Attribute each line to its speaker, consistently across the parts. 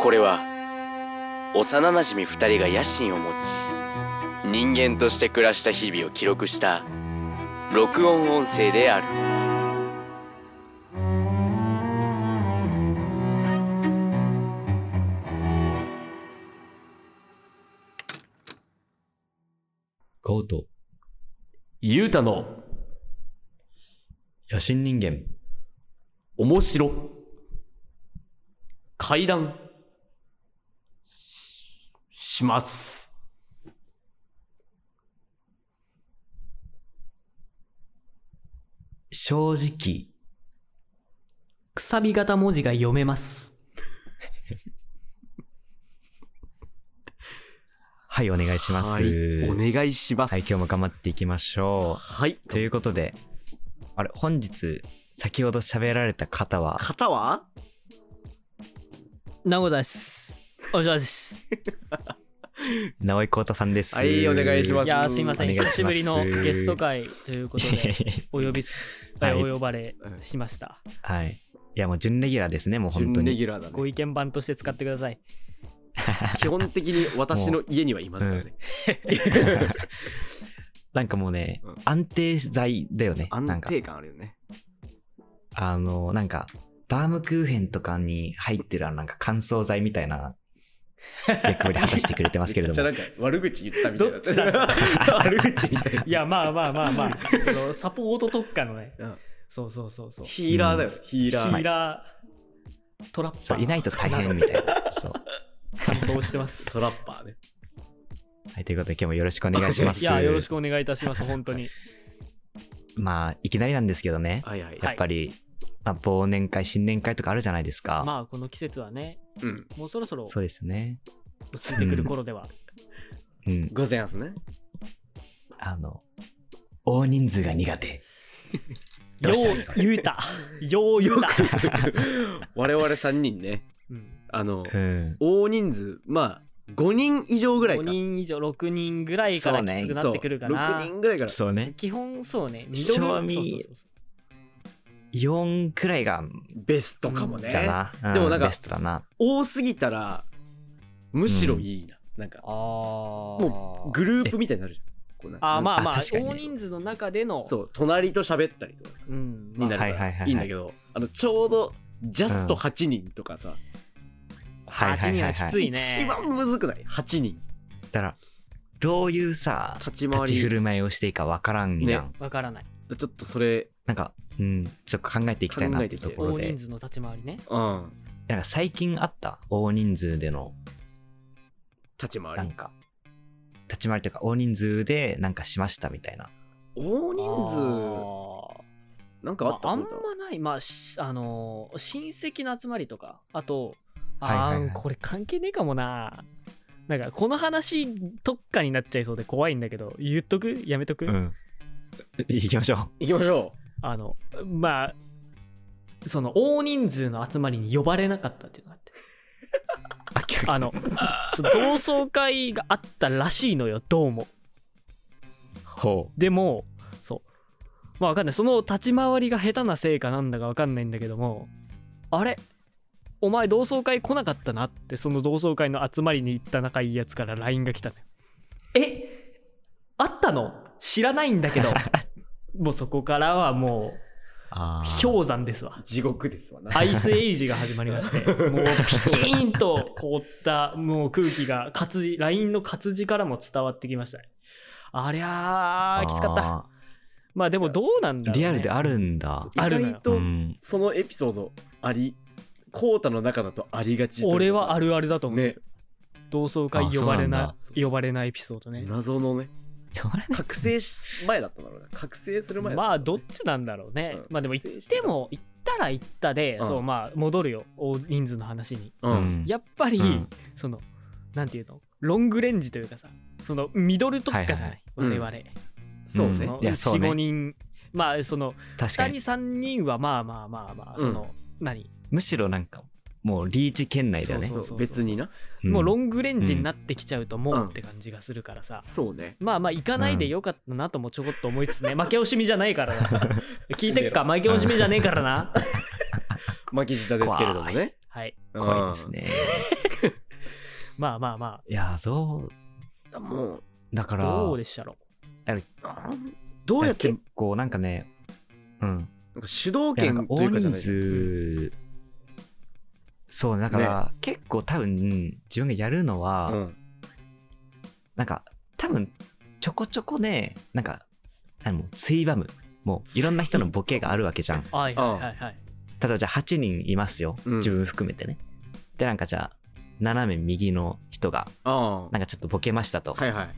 Speaker 1: これは幼なじみ2人が野心を持ち人間として暮らした日々を記録した録音音声である
Speaker 2: コウと
Speaker 3: ゆうたの
Speaker 2: 野心人間
Speaker 3: 面白階談しします。
Speaker 2: 正直
Speaker 4: くさび型文字が読めます。
Speaker 2: はいお願いします
Speaker 3: はい、お願いします。
Speaker 2: はい今日も頑張っていきましょ
Speaker 3: はい。
Speaker 2: うということであれ本日先ほど喋られた方は
Speaker 3: 方は
Speaker 4: なごだです。おじゃです。
Speaker 2: 直井浩太さんです
Speaker 3: はいお願いしま
Speaker 4: い
Speaker 3: す
Speaker 4: やーすいません。
Speaker 2: お願いしま
Speaker 4: 久しぶ
Speaker 2: す
Speaker 4: りのゲスト会ということ で、お呼びす、
Speaker 2: はい
Speaker 4: はい、お呼ばれしました。
Speaker 2: はいいやもう準レギュラーですねもう本
Speaker 3: 準
Speaker 2: 当
Speaker 3: レ
Speaker 2: に
Speaker 3: ギュラーだ
Speaker 4: ご
Speaker 3: ね。
Speaker 4: 意見版として使ってください。
Speaker 3: 基本的に私の家にはいますからね。
Speaker 2: なんかもうね、
Speaker 3: うん
Speaker 2: 安定剤だよねなん
Speaker 3: 安
Speaker 2: か
Speaker 3: 定感あるよね。
Speaker 2: あのなんかバームクーヘンとかに入ってるあのなんか乾燥剤みたいな役割果たしてくれてますけ れど
Speaker 3: じゃ
Speaker 2: も
Speaker 3: あなんか悪口言ったみたいな。
Speaker 4: どっちだ
Speaker 3: 悪口みたいな。
Speaker 4: いや、まあまあまあまあ、そのサポート特化のね
Speaker 3: うん、
Speaker 4: そうそうそうそう。ヒ
Speaker 3: ヒーラーだよ、ヒーラー。
Speaker 4: ーラー、トラッパー。
Speaker 2: そういないと大変みたいなそう
Speaker 4: 担当してます。
Speaker 3: トラッパーね。
Speaker 2: はい、ということで今日もよろ しくお願いします。
Speaker 4: いや、よろしくお願いいたします、本当に。
Speaker 2: まあ、いきなりなんですけどね、
Speaker 3: はいはい。
Speaker 2: やっぱり、まあ、忘年会、新年会とかあるじゃないですか。
Speaker 4: まあ、この季節はね、
Speaker 3: うん。
Speaker 4: もうそろそろ
Speaker 2: そうですね。
Speaker 4: 落ち着いてくる頃では。
Speaker 2: うん。
Speaker 3: ございますね。
Speaker 2: あの、大人数が苦手。ど
Speaker 4: よ
Speaker 2: うしたらいい
Speaker 4: う、
Speaker 2: の
Speaker 4: ゆうた。よう、ゆうた。
Speaker 3: 我々3人ね、
Speaker 4: うん
Speaker 3: あの、
Speaker 2: うん。
Speaker 3: 大人数、まあ、5人以上ぐらい
Speaker 4: 5
Speaker 3: か。
Speaker 4: 人以上6人ぐらいから
Speaker 2: そうね
Speaker 4: きつくな
Speaker 3: そ
Speaker 4: っ
Speaker 3: う
Speaker 4: てくるかな、
Speaker 3: 6人ぐらいから。
Speaker 2: そうね。
Speaker 4: 基本そうねミドル
Speaker 2: 賞味
Speaker 4: そうそうそう
Speaker 2: 4くらいが、
Speaker 3: ベストかもね。
Speaker 2: じゃな。う
Speaker 3: でもなんか
Speaker 2: ベストだな。
Speaker 3: 多すぎたら、むしろいいな。なんか、
Speaker 4: そう
Speaker 3: もうグループみたいになるじゃん。こうなんか
Speaker 4: あーまあまあ
Speaker 2: あ確かに
Speaker 4: 大人数の中での
Speaker 3: そう、隣と喋ったりとかさ、
Speaker 4: うん
Speaker 3: になるか
Speaker 2: はいはいはいは
Speaker 3: ら
Speaker 2: い
Speaker 3: いいんだけど、あの、ちょうど、ジャスト8人とかさ、
Speaker 2: はいはいはい
Speaker 4: 8人は
Speaker 2: は
Speaker 4: きつ
Speaker 2: い。
Speaker 4: いね
Speaker 3: 一番むずくない ?8 人。
Speaker 2: だから、どういうさ、
Speaker 3: 立ち
Speaker 2: 立
Speaker 3: 回
Speaker 2: ち振
Speaker 3: り。
Speaker 2: る舞いをしていいかわからんやん。
Speaker 4: わからない
Speaker 3: ちょっとそれ、
Speaker 2: なんか、うん、ちょっと考えていきたいなっていうとこ
Speaker 4: 大
Speaker 2: ろで
Speaker 4: 人。数の立ち回りね
Speaker 3: うん、
Speaker 2: なんか最近あった大人数での
Speaker 3: 立ち回
Speaker 2: なん
Speaker 3: り。
Speaker 2: か、立ち回りというか、大人数でなんかしましたみたいな。
Speaker 3: 大人数、
Speaker 4: あー
Speaker 3: なんかあ
Speaker 4: ま
Speaker 3: った
Speaker 4: ああん
Speaker 3: こ
Speaker 4: まないまあしあのー親戚の集まりとかあとあー、
Speaker 2: はいはいはい
Speaker 4: これ関係ねえかもななんかこの話特化になっちゃいそうで怖いんだけど言っとくやめとく、
Speaker 2: ん。行きましょ
Speaker 3: 行きましょ
Speaker 4: あのまあその大人数の集まりに呼ばれなかったっていうのがあって
Speaker 2: う。
Speaker 4: あのそう同窓会があったらしいのよどうも
Speaker 2: ほ
Speaker 4: でもそうまあわかんないその立ち回りが下手なせいかなんだかわかんないんだけどもあれお前同窓会来なかったなってその同窓会の集まりに行った仲いいやつから LINE が来たのよえあったの知らないんだけどもうそこからはも
Speaker 2: あ
Speaker 4: う
Speaker 2: ー
Speaker 4: 氷山ですわ
Speaker 3: う。地獄ですわな。
Speaker 4: アイスエイジが始まりまして、もうピキーンと凍ったもう空気が活字、LINE の活字からも伝わってきましたね。ありゃー、きつかった。
Speaker 2: あ
Speaker 4: まあでもどうなんだろう、ね。
Speaker 2: ーリアルであるんだ
Speaker 3: そう。
Speaker 4: あるの
Speaker 3: 意
Speaker 4: よ
Speaker 3: 外
Speaker 2: う
Speaker 3: と
Speaker 2: ん。
Speaker 3: そのエピソードあり、コータの中だとありがちというか
Speaker 4: 俺はあるあるだと思う。
Speaker 3: ね、
Speaker 4: 同窓会呼ばれな
Speaker 2: あ
Speaker 3: そうなんだ
Speaker 4: 呼ばれないエピソードね。
Speaker 3: 謎のね、
Speaker 2: あれ
Speaker 3: 覚醒し前だったんだろうね。覚醒する前だった
Speaker 4: まあどっちなんだろうね。
Speaker 3: うん
Speaker 4: まあでも行っても行ったら行ったで、
Speaker 3: うん
Speaker 4: そうまあ戻るよ大人数の話に。
Speaker 3: う。
Speaker 2: うんん。
Speaker 4: やっぱり、
Speaker 2: うん
Speaker 4: そのなんていうのロングレンジというかさそのミドル特化じゃない、
Speaker 3: はいはいはい
Speaker 4: 我々。
Speaker 3: そう
Speaker 2: うん
Speaker 3: ね。
Speaker 2: いやそうね
Speaker 4: 45人まあその
Speaker 2: 確か
Speaker 4: 2
Speaker 2: に。
Speaker 4: 人3人はまあまあまあまあその、何
Speaker 2: むしろなんか、もうリーチ圏内だよね
Speaker 4: そ。
Speaker 3: そう別にな。
Speaker 2: ん
Speaker 4: もうロングレンジになってきちゃうとも
Speaker 3: うん
Speaker 4: うって感じがするからさ、
Speaker 3: そうね。
Speaker 4: まあまあ行かないでよかったなともちょこっと思いつつね負け惜しみじゃないから な聞いてっか負け惜しみじゃねえからな
Speaker 3: 巻き舌ですけれどもね。
Speaker 4: はい
Speaker 2: 怖いですね。
Speaker 4: まあまあま
Speaker 2: いやどう
Speaker 3: もう
Speaker 2: だか
Speaker 4: あ
Speaker 2: ら
Speaker 4: どうでしたろ
Speaker 3: なんどうやって
Speaker 2: だから結構なんかねうん
Speaker 3: なんか主導
Speaker 2: いや
Speaker 3: 権
Speaker 2: なん
Speaker 3: と
Speaker 2: か
Speaker 3: い
Speaker 2: 大
Speaker 3: うかじゃ
Speaker 2: 人
Speaker 3: ない
Speaker 2: 数、そうねだから、結構多分自分がやるのは、
Speaker 3: うん
Speaker 2: なんか多分ちょこちょこねなんかあのついばむもういろんな人のボケがあるわけじゃん
Speaker 4: うはいはいはいはい
Speaker 2: 例えばじゃあ8人いますよ、
Speaker 3: うん
Speaker 2: 自分含めてねでなんかじゃあ斜め右の人が
Speaker 3: あ
Speaker 2: なんかちょっとボケましたと、
Speaker 3: あはいはい
Speaker 2: い、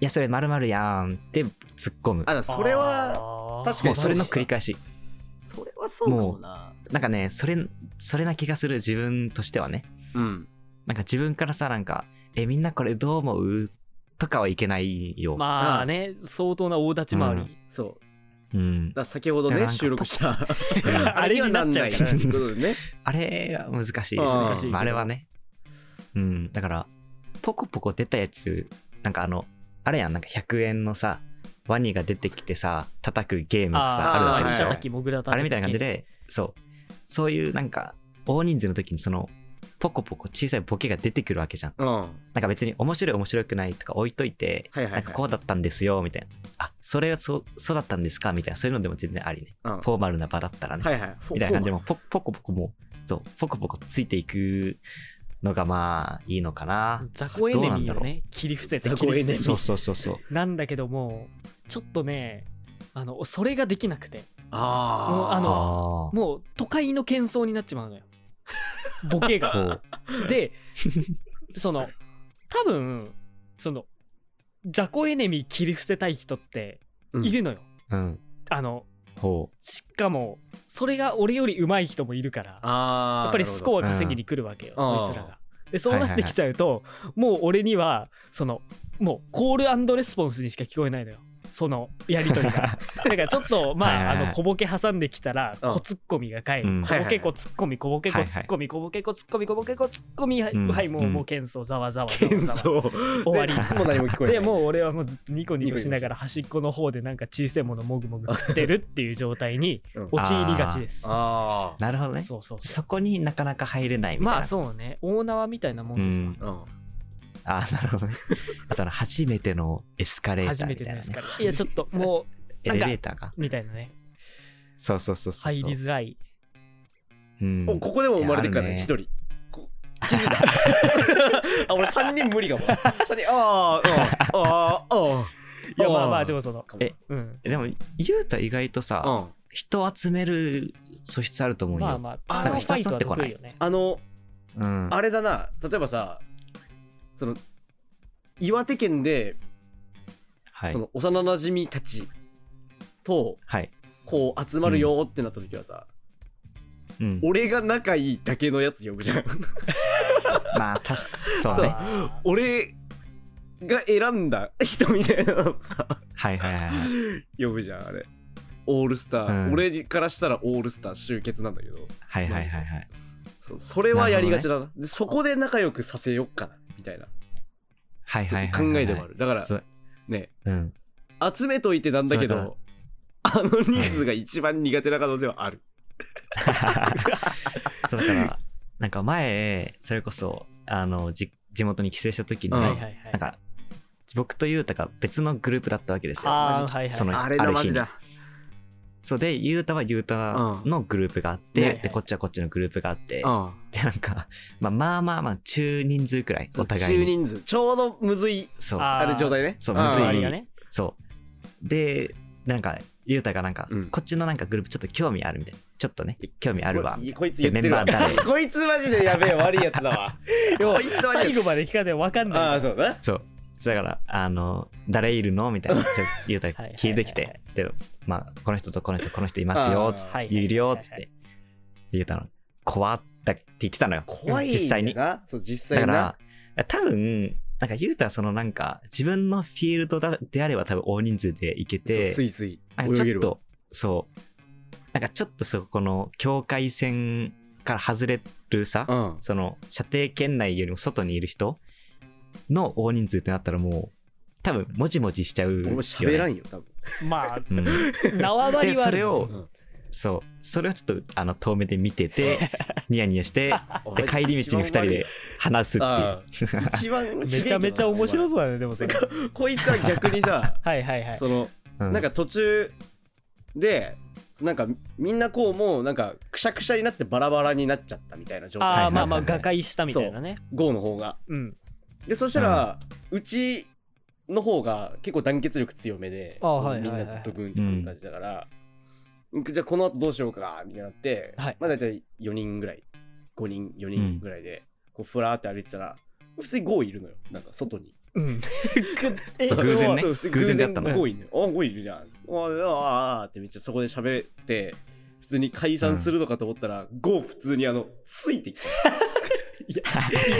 Speaker 2: やそれまるやんって突っ込む
Speaker 3: あだからそれは
Speaker 4: は
Speaker 3: 確か
Speaker 2: も
Speaker 3: に
Speaker 2: うそれの繰
Speaker 3: 返
Speaker 2: り返し
Speaker 3: それはそうかもな
Speaker 2: なんかねそれそれな気がする自分としてはね
Speaker 3: うん
Speaker 2: なんか自分からさなんか「えみんなこれどう思う?」とかはいけないよ、
Speaker 4: まあね相当な大立ち回り、
Speaker 2: うん
Speaker 3: そうだか
Speaker 2: うん、
Speaker 3: ら先ほど
Speaker 2: だか
Speaker 3: ね
Speaker 2: らなんか
Speaker 3: 収録した
Speaker 4: あれになっちゃうか
Speaker 3: あ
Speaker 4: ら
Speaker 3: れにはなんないということでね
Speaker 2: あれは難しいですね
Speaker 3: 難しいけど
Speaker 2: まあ、あれはねうんだからポコポコ出たやつなんかあのあれやんなんか100円のさワニが出てきてさ叩くゲームがさあ
Speaker 3: ー
Speaker 2: る
Speaker 3: わ
Speaker 2: わ
Speaker 3: け
Speaker 2: けでしょ、
Speaker 3: は
Speaker 4: あ
Speaker 3: いはい
Speaker 4: モグラ
Speaker 2: あれみたいな感じでそうそういうなんか大人数の時にそのポコポコ小さいボケが出てくるわけじゃん
Speaker 3: うんは
Speaker 2: なんか別に面白い面白くないとか置いといて
Speaker 3: いはいは
Speaker 2: なん
Speaker 3: い
Speaker 2: かこうだったんですよみたいなあそれはそうそうだったんですかみたいなそういうのでも全然ありね
Speaker 3: うん
Speaker 2: フォーマルな場だったらね、
Speaker 3: はいはい
Speaker 2: みたいな感じでもポポコポコもうそうポコポコついていくのがまあいいのかな
Speaker 4: 雑魚エネミーをね切り伏せて
Speaker 3: 雑魚エネミー
Speaker 2: そうそうそうそう
Speaker 4: なんだけどもちょっとねあのそれができなくてもうあ
Speaker 3: あ
Speaker 4: の
Speaker 2: ああ
Speaker 4: もう都会の喧騒になっちまうのよボケ
Speaker 2: こ
Speaker 4: が
Speaker 2: う
Speaker 4: でその多分その雑魚エネミー切り伏せたい人って
Speaker 3: うん
Speaker 4: いるのよ、
Speaker 2: うん
Speaker 4: あの
Speaker 2: ほう
Speaker 4: しかもそれが俺より上手い人もいるから
Speaker 3: あ
Speaker 4: やっぱりスコア稼ぎに来るわけよ、
Speaker 3: うん
Speaker 4: そいつらが。でそうなってきちゃうと、もう俺にはそのもうコールレスポンスにしか聞こえないのよそのやり取りがだからちょっとまあ,、
Speaker 2: はいはいはい
Speaker 4: あの小ボケ挟んできたら
Speaker 3: うん
Speaker 4: 小ツッコミが返る、
Speaker 2: うん
Speaker 4: 小ボケ小ツッコミ小ボケ小ツッコミ小ボケ小ツッコミ小ボケ小ツッコミはい、
Speaker 2: うん
Speaker 4: はいもう
Speaker 2: うん
Speaker 4: もう喧騒ざわざわざわ
Speaker 3: 喧
Speaker 4: ざわ
Speaker 3: 騒
Speaker 4: 終わり
Speaker 3: でもう何も聞こえない
Speaker 4: でもう俺はもうずっとニコニコしながら端っこの方でなんか小さいものもぐもぐ食ってるっていう状態に
Speaker 3: うん
Speaker 4: 陥りがちです。
Speaker 3: あ
Speaker 2: なるほどねそ
Speaker 4: そうそうそう
Speaker 2: こになかなか入れないみたいな
Speaker 4: まあそうね大縄みたいなも
Speaker 2: うん
Speaker 4: ですわ、
Speaker 2: ん
Speaker 3: あうん
Speaker 2: あーなるほどねあとあの初めてのエスカレー
Speaker 4: 初
Speaker 2: ター
Speaker 4: め
Speaker 2: み
Speaker 4: て
Speaker 2: たいな
Speaker 4: です
Speaker 2: ね
Speaker 4: から、いやちょっとも
Speaker 2: エレベーターが
Speaker 4: うみたいなね
Speaker 2: そうそうそうそう
Speaker 4: 入りづらい
Speaker 2: うん
Speaker 3: もうここでも生まれてから
Speaker 2: い
Speaker 3: ね
Speaker 2: や
Speaker 3: 一
Speaker 2: ある
Speaker 3: 人こ気づいたあ俺三人無理かも三人あーうんあーあ
Speaker 4: いやまあまあでもその
Speaker 3: え
Speaker 4: うん
Speaker 2: でもゆうた意外とさ、
Speaker 3: うん
Speaker 2: 人集める素質あると思うよ、
Speaker 4: まあまあ
Speaker 3: あなん
Speaker 4: ター
Speaker 3: か
Speaker 4: ンフ
Speaker 2: 人
Speaker 4: ァイ
Speaker 2: 集
Speaker 4: ト
Speaker 2: ま
Speaker 4: は
Speaker 2: ってこない
Speaker 4: 得意よね
Speaker 3: あの
Speaker 2: うん、
Speaker 3: あれだな例えばさその岩手県で
Speaker 2: はい
Speaker 3: その幼なじみたちと
Speaker 2: はい、
Speaker 3: こう集まるよってなった時はさ、
Speaker 2: うん、
Speaker 3: 俺が仲いいだけのやつ呼ぶじゃん
Speaker 2: まあ確かそう
Speaker 3: そう
Speaker 2: ね
Speaker 4: あー
Speaker 3: 俺が選んだ人みたいなのさ
Speaker 2: はいはいはいはい
Speaker 3: 呼ぶじゃんあれオールスター、
Speaker 2: うん
Speaker 3: 俺からしたらオールスター集結なんだけど
Speaker 2: はいはいはいはい
Speaker 3: そうそれはやりがちだなでそこで仲良くさせよっかなみたいな
Speaker 2: はい
Speaker 3: そう
Speaker 2: はいいうはいはい
Speaker 3: 考えでもあるだから
Speaker 2: そう
Speaker 3: ね
Speaker 2: うん
Speaker 3: 集めといてなんだけ
Speaker 2: それか
Speaker 3: どあの人数が一番苦手な可能性はある
Speaker 2: そうだからなんか前それこそあのじ地元に帰省した時に、
Speaker 3: うん
Speaker 4: はいはい
Speaker 2: な
Speaker 4: はい
Speaker 2: んか僕とゆうたが別のグループだったわけですよ
Speaker 4: あーはいはい
Speaker 2: その
Speaker 3: あ
Speaker 2: あ
Speaker 3: れだ
Speaker 2: る
Speaker 3: マジ
Speaker 2: 日に
Speaker 3: だ
Speaker 2: そうでゆうたはゆうたのグループがあって、
Speaker 4: うんはいはい
Speaker 2: でこっちはこっちのグループがあって、
Speaker 3: うん
Speaker 2: でなんか、まあ、まあまあまあ中人数くらいお互い
Speaker 3: 中
Speaker 2: に
Speaker 3: 人数ちょうどむずい
Speaker 2: そう
Speaker 4: あ
Speaker 3: あ
Speaker 4: ー
Speaker 3: れ状態ね
Speaker 2: そう
Speaker 3: あー
Speaker 2: むずい
Speaker 4: あれがね
Speaker 2: そうでなんかゆうたがなんか、
Speaker 3: うん
Speaker 2: こっちのなんかグループちょっと興味あるみたいなちょっとね興味あるわ
Speaker 3: こ
Speaker 2: みたいな
Speaker 3: こいつ言ってるわ
Speaker 2: でメンバー 誰
Speaker 3: こいつマジでやべえ悪いやつだ わこいつ悪い
Speaker 4: 最後まで聞かないと分かん
Speaker 3: あ
Speaker 4: な
Speaker 3: あ
Speaker 4: い
Speaker 3: そうだな
Speaker 2: そうだからあの誰いるのみたいなちょゆうたが聞いてき
Speaker 4: はいは
Speaker 2: てでまあこの人とこの人とこの人いますよ
Speaker 3: あー
Speaker 2: つっ
Speaker 4: はい
Speaker 2: ているよっつっ
Speaker 4: はい
Speaker 2: てゆうたの怖ったって言ってたのよ
Speaker 3: 怖い
Speaker 2: 実際に
Speaker 3: んだよなそう実
Speaker 2: だ
Speaker 3: 際
Speaker 2: か
Speaker 3: にな
Speaker 2: ら多分なんかゆうたはそのなんか自分のフィールドだであれば多分大人数でいけ
Speaker 3: そう
Speaker 2: て
Speaker 3: スイスイ
Speaker 2: なんか
Speaker 3: 泳
Speaker 2: ち
Speaker 3: げ
Speaker 2: ょ
Speaker 3: る
Speaker 2: っ
Speaker 3: わ
Speaker 2: とそうなんかちょっとそこの境界線から外れるさ、
Speaker 3: うん
Speaker 2: その射程圏内よりも外にいる人の大人数ってなったらもう多分もじもじしちゃうよね、
Speaker 3: 俺も喋らんよ多分
Speaker 4: まあ
Speaker 2: うん
Speaker 4: 縄張り
Speaker 2: で
Speaker 4: はあ
Speaker 2: そ
Speaker 4: る
Speaker 2: れを
Speaker 3: うん
Speaker 2: そうそれをちょっとあの遠目で見ててニヤニヤ してで帰り道に2人で話すっていう
Speaker 3: 一番悪い。
Speaker 4: めちゃめちゃ面白
Speaker 3: そ
Speaker 4: そうだねでもそれ
Speaker 3: う。こいつは逆に さ、
Speaker 4: はいはいはい
Speaker 3: その、
Speaker 2: うん
Speaker 3: なんか途中で、なんかみんなこうもうなんかくしゃくしゃになってバラバラになっちゃったみたいな状
Speaker 4: ああ、
Speaker 2: はいは
Speaker 3: 態
Speaker 2: いはい
Speaker 4: まあまあ瓦解したみたいなね
Speaker 3: GO の方が
Speaker 4: うん
Speaker 3: でそしたら、うちの方が結構団結力強めで
Speaker 4: あはい
Speaker 3: みん
Speaker 4: はい
Speaker 3: な
Speaker 4: はい
Speaker 3: ずっとグンってくる感じだから、うんじゃあこの後どうしようかみたいになって、
Speaker 4: はい
Speaker 3: まあ大体4人ぐらい5人4人ぐらいで、こうふらーって歩いてたら普通に5いるのよなんか外に
Speaker 4: うん
Speaker 2: そう偶然ね
Speaker 3: そう普通に
Speaker 2: 偶然出会ったの
Speaker 3: 5いるのよあ5いるじゃんあーあーってめっちゃそこで喋って普通に解散するのかと思ったら、ゴー普通にあのついてき たいや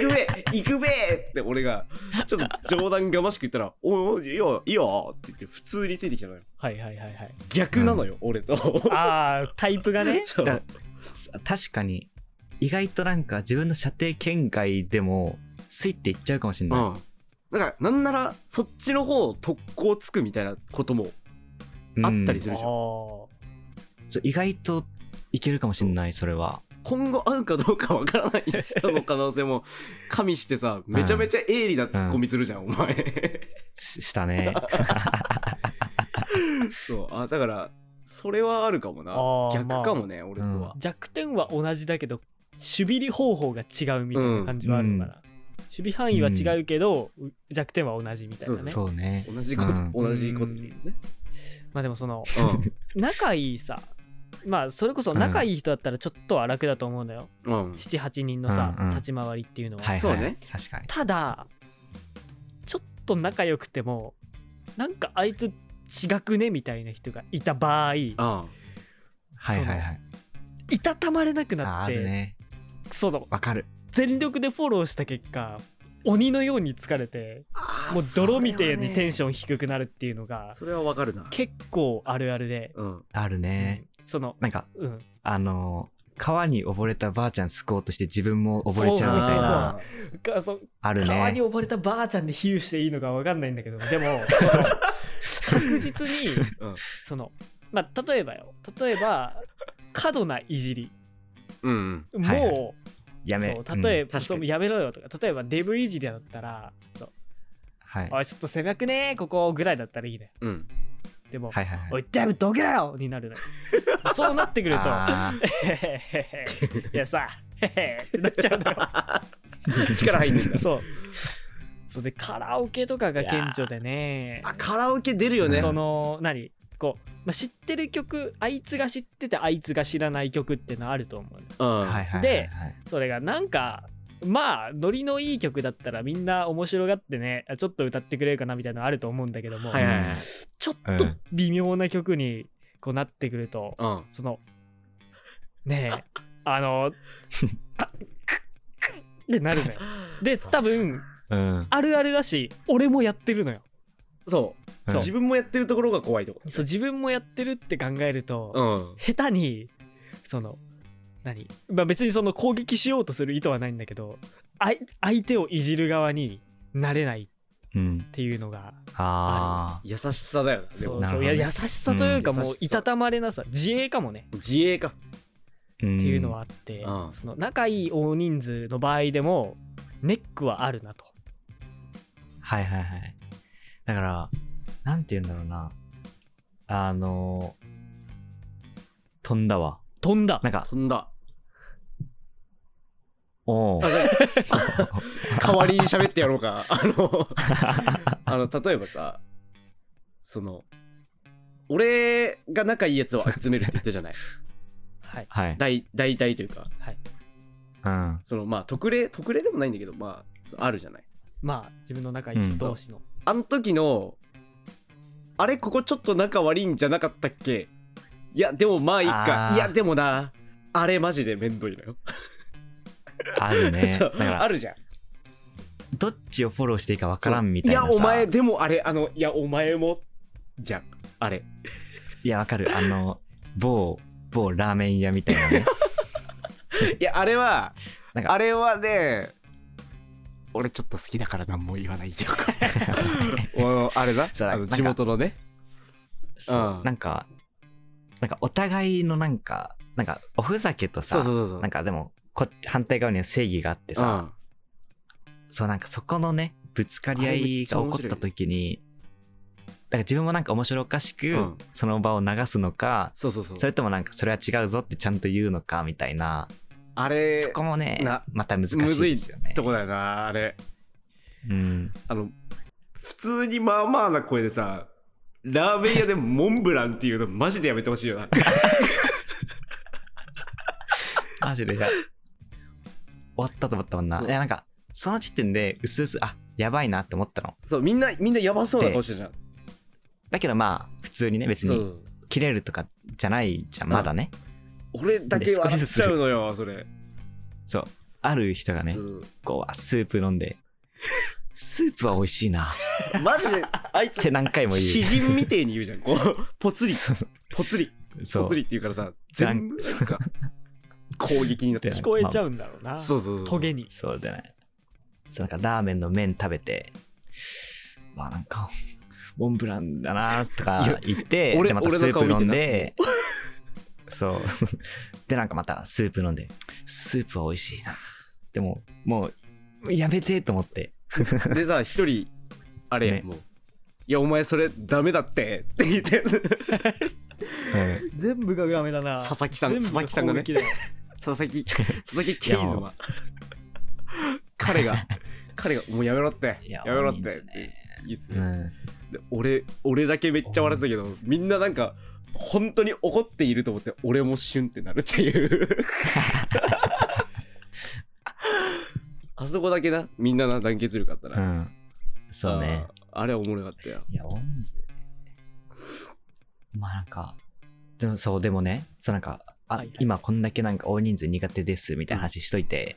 Speaker 3: 行くべ行くべって俺がちょっと冗談がましく言ったら 「おいおいいいよいいよ」って言って普通についてきたのよ
Speaker 4: はいはいはいはい
Speaker 3: 逆なのよ、俺と
Speaker 4: ああタイプがね
Speaker 3: そう
Speaker 2: だ確かに意外となんか自分の射程圏外でもスイっていっちゃうかもしれ
Speaker 3: う
Speaker 2: ない、
Speaker 3: んだからなんならそっちの方特攻つくみたいなことも
Speaker 2: うん
Speaker 3: あったりす
Speaker 4: あ
Speaker 3: る
Speaker 4: あ
Speaker 3: でしょ、
Speaker 2: そう意外といけるかもしれないそれは
Speaker 3: 今後会うかどうかわからない人の可能性も加味してさめちゃめちゃ鋭利なツッコミするじゃん、お前
Speaker 2: ししたね
Speaker 3: そうあだからそれはあるかもな
Speaker 4: あー
Speaker 3: 逆かもね、俺とは、
Speaker 4: 弱点は同じだけど守備方法が違うみたいな感じはあるのかな、守備範囲は違うけど、弱点は同じみたいなね
Speaker 3: そう
Speaker 2: そうね
Speaker 3: 同じこと、
Speaker 2: うん
Speaker 3: 同じことでいいよね
Speaker 4: まあでもその
Speaker 3: う
Speaker 4: 仲いいさまあそれこそ仲いい人だったらちょっとは楽だと思うのよ、
Speaker 3: ん、うん、
Speaker 4: 78人のさ、
Speaker 2: うんうん
Speaker 4: 立ち回りっていうのは、
Speaker 2: はいはい
Speaker 3: そうね
Speaker 2: 確かに
Speaker 4: ただちょっと仲良くてもなんかあいつ違くねみたいな人がいた場合い
Speaker 3: あ
Speaker 2: はいはいはい
Speaker 4: たたまれなく
Speaker 2: あ
Speaker 4: な
Speaker 2: あ
Speaker 4: って
Speaker 2: るね
Speaker 4: その
Speaker 2: わかる
Speaker 4: 全力でフォローした結果鬼のように疲れて
Speaker 3: あ
Speaker 4: もう泥みてえにテンシ
Speaker 3: ョ
Speaker 4: ョン低くなるっていうのが
Speaker 3: それはわかるな
Speaker 4: 結構あるあるで、
Speaker 3: うん
Speaker 2: あるね
Speaker 4: その
Speaker 2: なんか
Speaker 4: うん
Speaker 2: あの川に溺れたばあちゃん救おうとして自分も溺れちゃうみた
Speaker 4: そうそ
Speaker 2: い
Speaker 4: うそう
Speaker 2: な
Speaker 3: あ
Speaker 4: かそ
Speaker 2: ある
Speaker 4: 川に
Speaker 2: ね
Speaker 4: 溺れたばあちゃんで比喩していいのかわかんないんだけどでもその確実に
Speaker 3: ーうん
Speaker 4: そのまあ例えばよ例えば過度ないじり
Speaker 3: うんうん
Speaker 4: もう、
Speaker 2: はいはいやめ
Speaker 4: そう例え
Speaker 2: ば
Speaker 3: 確
Speaker 4: ば、
Speaker 3: か
Speaker 4: そ
Speaker 3: に
Speaker 4: うやめろよとか例えばデブいじりだったらそう、
Speaker 2: はい
Speaker 4: おいちょっと狭くねここぐらいだったらいいね
Speaker 3: うん
Speaker 4: でも、
Speaker 2: はいはい
Speaker 4: お
Speaker 2: はい
Speaker 4: いデブどけよになるのよそうなってくると
Speaker 2: あ
Speaker 4: へ
Speaker 2: ー
Speaker 4: へへへいやさへへってなっちゃうのよ
Speaker 3: 力入ん ねんだ
Speaker 4: そうそうでカラオケとかが顕著でね
Speaker 3: あカラオケ出るよね
Speaker 4: その何こう、まあ、知ってる曲あいつが知っててあいつが知らない曲ってのあると思うのよ
Speaker 3: うん
Speaker 2: はいはいはいはい
Speaker 4: でそれがなんかまあノリのいい曲だったらみんな面白がってねあちょっと歌ってくれるかなみたいなのあると思うんだけども、
Speaker 3: はいはいはい
Speaker 4: ちょっと微妙な曲にこうなってくると、
Speaker 3: うん
Speaker 4: そのね えあのあくくってなるのよで多分
Speaker 2: うん
Speaker 4: あるあるだし俺もやってるのよ
Speaker 3: そう
Speaker 2: そう
Speaker 3: 自分もやってるところが怖いとこ
Speaker 4: そう自分もやってるって考えると、
Speaker 3: うん
Speaker 4: 下手にその何まあ別にその攻撃しようとする意図はないんだけどあい相手をいじる側になれないっ
Speaker 2: うん
Speaker 4: ていうのが
Speaker 2: あ
Speaker 3: 優しさだよなで
Speaker 4: そ
Speaker 3: も
Speaker 4: う
Speaker 2: なる
Speaker 4: そ
Speaker 2: ほ
Speaker 4: う
Speaker 2: ど
Speaker 4: いや
Speaker 2: ね
Speaker 4: 優しさというか
Speaker 3: うん
Speaker 4: もう
Speaker 3: 優しさ
Speaker 4: いたたまれなさ自衛かもね
Speaker 3: 自衛か
Speaker 2: あっ
Speaker 4: っていうのはあって、
Speaker 3: うん
Speaker 4: その仲いい大人数の場合でもネックはあるなと。
Speaker 2: はいはいはい。だから、なんて言うんだろうな。あの、飛んだわ。
Speaker 4: 飛んだ
Speaker 2: なんか、
Speaker 3: 飛んだ
Speaker 2: おう
Speaker 3: あじゃあ代わりに喋ってやろう かあのあの例えばさその俺が仲いいやつを集めるって言ったじゃ ない
Speaker 4: はい
Speaker 2: はい。
Speaker 3: 大大体というか
Speaker 4: はい、
Speaker 2: うん。
Speaker 3: そのまあ特例特例でもないんだけどまああるじゃない
Speaker 4: まあ自分の仲いい人同士の、
Speaker 3: あの時のあれここちょっと仲悪いんじゃなかったっけいやでもまあいい
Speaker 2: あ
Speaker 3: か
Speaker 2: ー
Speaker 3: いやでもなあれマジでめんどいのよ、
Speaker 2: あるね。
Speaker 3: そ
Speaker 2: だ
Speaker 3: う
Speaker 2: か
Speaker 3: あ
Speaker 2: ら、
Speaker 3: るじゃん
Speaker 2: どっちをフォローしていいかわからんみたいなさ。
Speaker 3: やお前でもあれあのいやお前もじゃんあれ
Speaker 2: いや、わかる。あの、某、某ラーメン屋みたいな ね。
Speaker 3: いやあれは
Speaker 2: なんか
Speaker 3: あれはね俺ちょっと好きだから何も言わないでよ かあれだ
Speaker 2: そう
Speaker 3: あの
Speaker 2: なんか
Speaker 3: 地元のね
Speaker 2: そううんなんか、なんかお互いのなんかなんかおふざけとさ
Speaker 3: そうそうそうそう
Speaker 2: なんかでもこ反対側には正義があってさ、そうなんかそこのねぶつかり合いが起こった時にだから自分もなんか面白おかしく、
Speaker 3: うん
Speaker 2: その場を流すのか
Speaker 3: そうそうそう
Speaker 2: それともなんかそれは違うぞってちゃんと言うのかみたいな、
Speaker 3: あれ
Speaker 2: そこもね
Speaker 3: な
Speaker 2: また難しいですよね
Speaker 3: と。こだよなあれ
Speaker 2: うん、
Speaker 3: あの普通にまあまあな声でさラーメン屋でモンブランっていうのマジでやめてほしいよな
Speaker 2: マジで終わったと思ったもんな。
Speaker 3: そう
Speaker 2: いやなんかその時点でうすうすあやばいなって思ったの。
Speaker 3: そうみんなみんなやばそうな顔してるじゃん
Speaker 2: だけどまあ普通にね別
Speaker 3: そうそ
Speaker 2: に
Speaker 3: う
Speaker 2: 切れるとかじゃないじゃん
Speaker 3: うん
Speaker 2: まだね。
Speaker 3: 俺だけ笑っちゃうのよそれ
Speaker 2: そうある人がね
Speaker 3: そう
Speaker 2: こうスープ飲んでスープは美味しいな
Speaker 3: マジであい
Speaker 2: って
Speaker 3: つ
Speaker 2: 何回も
Speaker 3: 詩
Speaker 2: 言
Speaker 3: 人みてえに言うじゃんこうポツリポツリ
Speaker 2: う。そ
Speaker 3: ぽ
Speaker 2: う
Speaker 3: つりって言うからさ
Speaker 2: 残
Speaker 3: 全部なんか攻撃になって
Speaker 2: で
Speaker 4: 聞こえちゃうんだろうな、
Speaker 3: そうそうそう
Speaker 4: トゲに
Speaker 2: そうだね。そうなんかラーメンの麺食べて、まあなんか、モンブランだなと
Speaker 3: い
Speaker 2: か
Speaker 3: や
Speaker 2: 言って、
Speaker 3: 俺
Speaker 2: でまた
Speaker 3: 俺
Speaker 2: ス
Speaker 3: の
Speaker 2: ー
Speaker 3: 顔
Speaker 2: プ
Speaker 3: 見てな
Speaker 2: 飲んで、そう。 で、なんかまたスープ飲んで、スープは美味しいな。でも、もう、やめてと思って。
Speaker 3: でさ一人あれや、
Speaker 2: ね
Speaker 3: もういやお前それダメだってって言って
Speaker 2: うん
Speaker 4: 全部がダメだな
Speaker 3: 佐々木さん
Speaker 4: 全部
Speaker 3: 佐々木さんがね
Speaker 4: 攻撃だよ
Speaker 3: 佐々木佐々木ケイズは彼が彼がもうやめろって
Speaker 2: い
Speaker 3: や
Speaker 2: や
Speaker 3: めろっ
Speaker 2: 多いんで
Speaker 3: て
Speaker 2: すよね
Speaker 3: いいっす
Speaker 2: う
Speaker 3: ね
Speaker 2: ん。
Speaker 3: で俺俺だけめっちゃ笑ってたけどみんななんか本当に怒っていると思って俺もシュンってなるって いうあそこだけなみんなな団結力あったな、
Speaker 2: うん。そうね。
Speaker 3: あーあれはおもろかったよ
Speaker 2: いや、オンズ。まあなんか、でもそう、でもね、そうなんか、あ、
Speaker 4: はいはい
Speaker 2: 今こんだけなんか大人数苦手ですみたいな話しといて、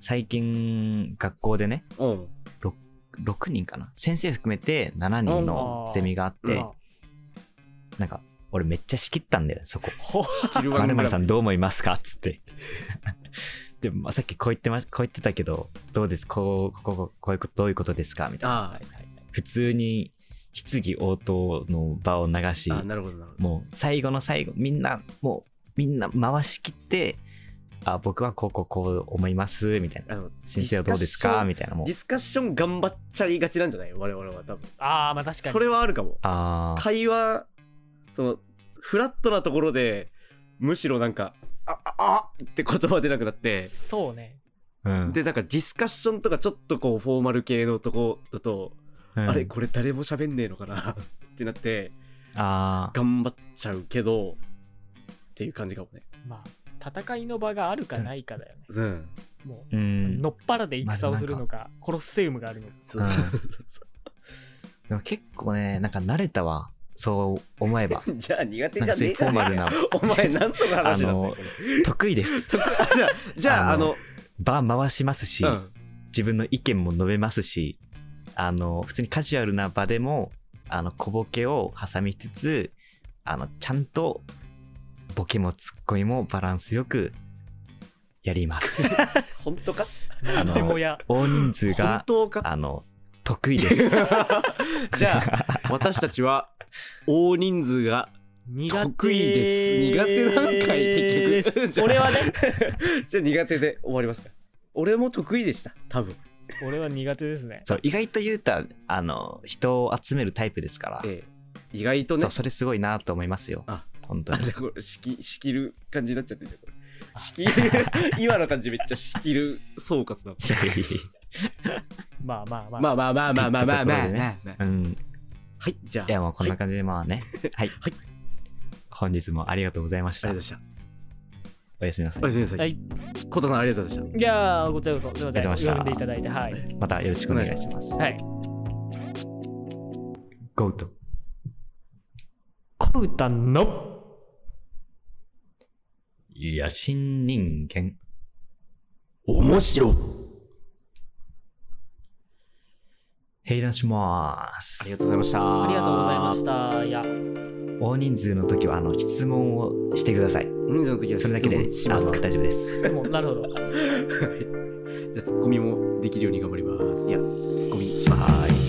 Speaker 2: 最近学校でね、
Speaker 3: うん
Speaker 2: 6人かな先生含めて7人
Speaker 4: うんあ
Speaker 2: の
Speaker 4: ー
Speaker 2: ゼミがあって、
Speaker 4: まあ
Speaker 2: なんか、俺めっちゃ仕切ったんだよ、そこ。
Speaker 3: 昼間の
Speaker 2: まるま
Speaker 3: 村
Speaker 2: るさんどう思いますかつって。 でも、まあ、さっきこう言ってま、こう言ってたけど、どうです、こう、ここ、ここういうこと、どういうことですかみたいな。
Speaker 3: あ
Speaker 4: はいはい
Speaker 2: 普通に質疑応答の場を流し
Speaker 3: ー、あーなるほどなるほど
Speaker 2: もう最後の最後みんなもうみんな回しきってあ僕はこうこうこう思いますみたいな
Speaker 3: あの
Speaker 2: 先生はどうですかみたいなもう
Speaker 3: ディスカッション頑張っちゃいがちなんじゃない我々は多分
Speaker 4: ああまあ確かに
Speaker 3: それはあるかも
Speaker 2: あー
Speaker 3: 会話そのフラットなところでむしろなんか「あああって言葉出なくなって
Speaker 4: そうね
Speaker 2: うん
Speaker 3: でなんかディスカッションとかちょっとこうフォーマル系のとこだと、
Speaker 2: うん
Speaker 3: あれこれ誰も喋んねえのかな ってなって
Speaker 2: あー
Speaker 3: 頑張っちゃうけどっていう感じかもね
Speaker 4: まあ戦いの場があるかないかだよね
Speaker 3: うん
Speaker 4: も
Speaker 2: う
Speaker 4: う、
Speaker 2: ん
Speaker 4: のっぱらで戦をするのかコロッセウムがあるのか
Speaker 3: そうそうそう
Speaker 2: でも結構ねなんか慣れたわそう思えば
Speaker 3: じゃあ苦手
Speaker 2: なん
Speaker 3: じ
Speaker 2: か
Speaker 3: ゃ
Speaker 2: そ
Speaker 3: ねえか
Speaker 2: ういうフォーマルな
Speaker 3: お前何とか話なんだよこれ
Speaker 2: 得意です
Speaker 3: あじゃあじゃああ
Speaker 2: あ
Speaker 3: の
Speaker 2: の場回しますし、
Speaker 3: うん
Speaker 2: 自分の意見も述べますしあの普通にカジュアルな場でもあの小ボケを挟みつつあのちゃんとボケもツッコミもバランスよくやります
Speaker 3: 本当か
Speaker 2: あ
Speaker 4: なん
Speaker 2: の
Speaker 4: でもや
Speaker 2: 大人数
Speaker 3: 本
Speaker 2: が
Speaker 3: 当か
Speaker 2: あの得意で す
Speaker 3: じゃあ私たちは大人数が
Speaker 4: 苦手
Speaker 3: 得意です苦手なんかい結局じゃあ
Speaker 4: 俺はね
Speaker 3: じゃあ苦手で終わりますか俺も得意でした多分
Speaker 4: 俺は苦手ですね
Speaker 2: そう意外と言うたらあの人を集めるタイプですから、
Speaker 3: ええ意外とね
Speaker 2: そうそれすごいなと思いますよ
Speaker 3: あ
Speaker 2: 本当
Speaker 3: あ
Speaker 2: に
Speaker 3: じゃあこれ仕切仕切る感じになっちゃってるじゃんこれ仕切る今の感じめっちゃ仕切る総括だもん
Speaker 4: まあまあまあ、
Speaker 3: まあまあまあまあまあまあまあ
Speaker 2: ってと
Speaker 3: ま
Speaker 2: ころで
Speaker 3: あ
Speaker 2: ね
Speaker 3: まあ
Speaker 2: うん
Speaker 3: はいじゃあ
Speaker 2: いやもうこんな感じでまあねはい、
Speaker 3: はい
Speaker 2: 本日もありがとうございまし
Speaker 3: あ
Speaker 2: た
Speaker 3: りがとうございま
Speaker 2: おやすみな
Speaker 3: し
Speaker 2: さ
Speaker 3: たお
Speaker 2: い
Speaker 3: やすみなさ
Speaker 4: はいい
Speaker 3: コトさんありがとうございまし
Speaker 4: いやーこちらこそすいません
Speaker 2: ありがとうございました
Speaker 4: 呼んでいただいてはい
Speaker 2: またよろしくお願いします
Speaker 4: はい
Speaker 2: ゴート
Speaker 4: コウタの
Speaker 2: 野心人間
Speaker 3: た面白
Speaker 2: 閉壇します
Speaker 3: ありがとうございました
Speaker 4: ありがとうございましたいや
Speaker 2: 大人数の時はあの質問をしてください
Speaker 3: 人数の時は
Speaker 2: それだけで
Speaker 3: 質
Speaker 2: あ
Speaker 3: 問しま
Speaker 2: の
Speaker 3: す
Speaker 2: 大丈夫です
Speaker 4: 質問なるほど
Speaker 3: じゃあツッコミもできるように頑張りますいやツッコミします